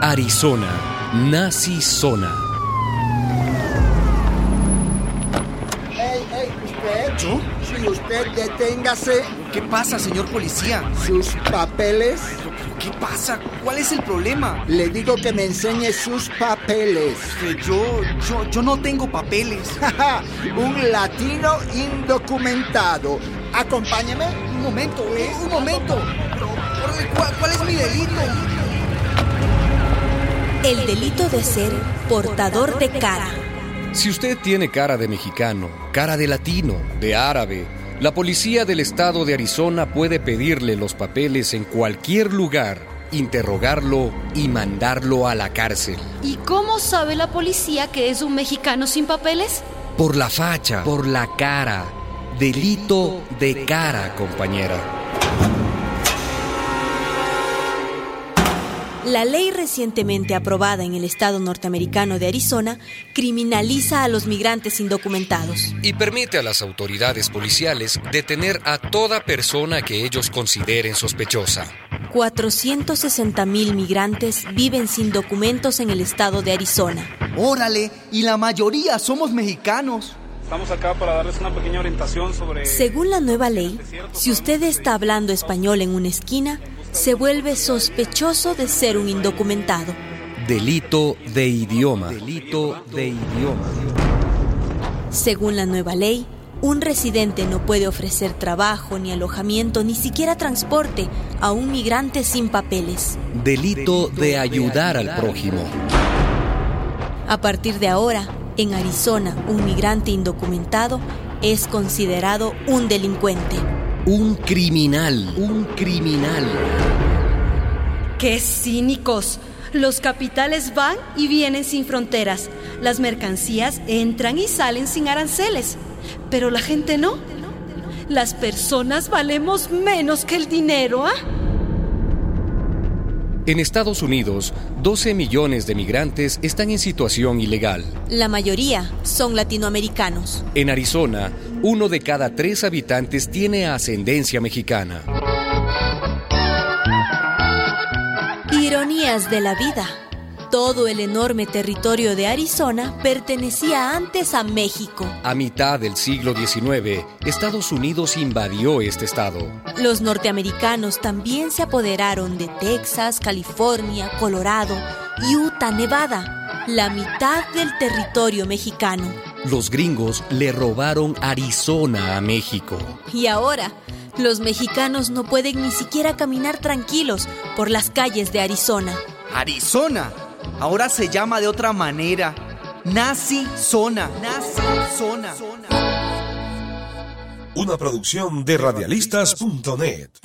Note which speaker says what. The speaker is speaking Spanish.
Speaker 1: Arizona, Nazi Zona.
Speaker 2: ¡Ey, ey! ¿Usted?
Speaker 3: ¿Yo?
Speaker 2: Si usted deténgase
Speaker 3: ¿Qué pasa, señor policía?
Speaker 2: sus papeles,
Speaker 3: ¿Pero, pero qué pasa? ¿Cuál es el problema?
Speaker 2: le digo que me enseñe sus papeles.
Speaker 3: Que yo, yo, yo no tengo papeles.
Speaker 2: Un latino indocumentado. Acompáñeme.
Speaker 3: Un momento, eh, un momento. Pero, órale, ¿cuál, cuál es mi delito?
Speaker 4: El delito de ser portador de cara.
Speaker 1: Si usted tiene cara de mexicano, cara de latino, de árabe, la policía del estado de Arizona puede pedirle los papeles en cualquier lugar, interrogarlo y mandarlo a la cárcel.
Speaker 5: ¿Y cómo sabe la policía que es un mexicano sin papeles?
Speaker 1: Por la facha, por la cara. Delito de cara, compañera.
Speaker 4: La ley recientemente aprobada en el estado norteamericano de Arizona criminaliza a los migrantes indocumentados.
Speaker 1: y permite a las autoridades policiales detener a toda persona que ellos consideren sospechosa.
Speaker 4: 460.000 migrantes viven sin documentos en el estado de Arizona.
Speaker 3: Órale, y la mayoría somos mexicanos.
Speaker 6: Estamos acá para darles una pequeña orientación sobre...
Speaker 4: Según la nueva ley, si usted está hablando español en una esquina, se vuelve sospechoso de ser un indocumentado.
Speaker 1: Delito de idioma. Delito de idioma.
Speaker 4: Según la nueva ley, un residente no puede ofrecer trabajo, ni alojamiento, ni siquiera transporte a un migrante sin papeles.
Speaker 1: Delito de ayudar al prójimo.
Speaker 4: A partir de ahora, en Arizona, un migrante indocumentado es considerado un delincuente.
Speaker 1: Un criminal. Un criminal.
Speaker 7: ¡Qué cínicos! Los capitales van y vienen sin fronteras. Las mercancías entran y salen sin aranceles. Pero la gente no. Las personas valemos menos que el dinero, ¿ah?
Speaker 1: En Estados Unidos, 12 millones de migrantes están en situación ilegal.
Speaker 4: La mayoría son latinoamericanos.
Speaker 1: En Arizona, uno de cada tres habitantes tiene ascendencia mexicana.
Speaker 4: Ironías de la vida. Todo el enorme territorio de Arizona pertenecía antes a México.
Speaker 1: A mitad del siglo XIX, Estados Unidos invadió este estado.
Speaker 4: Los norteamericanos también se apoderaron de Texas, California, Colorado, Utah, Nevada, la mitad del territorio mexicano.
Speaker 1: Los gringos le robaron Arizona a México.
Speaker 4: Y ahora, los mexicanos no pueden ni siquiera caminar tranquilos por las calles de Arizona.
Speaker 3: Arizona. Ahora se llama de otra manera. Nazi Zona. Nazi Zona.
Speaker 8: Una producción de radialistas.net.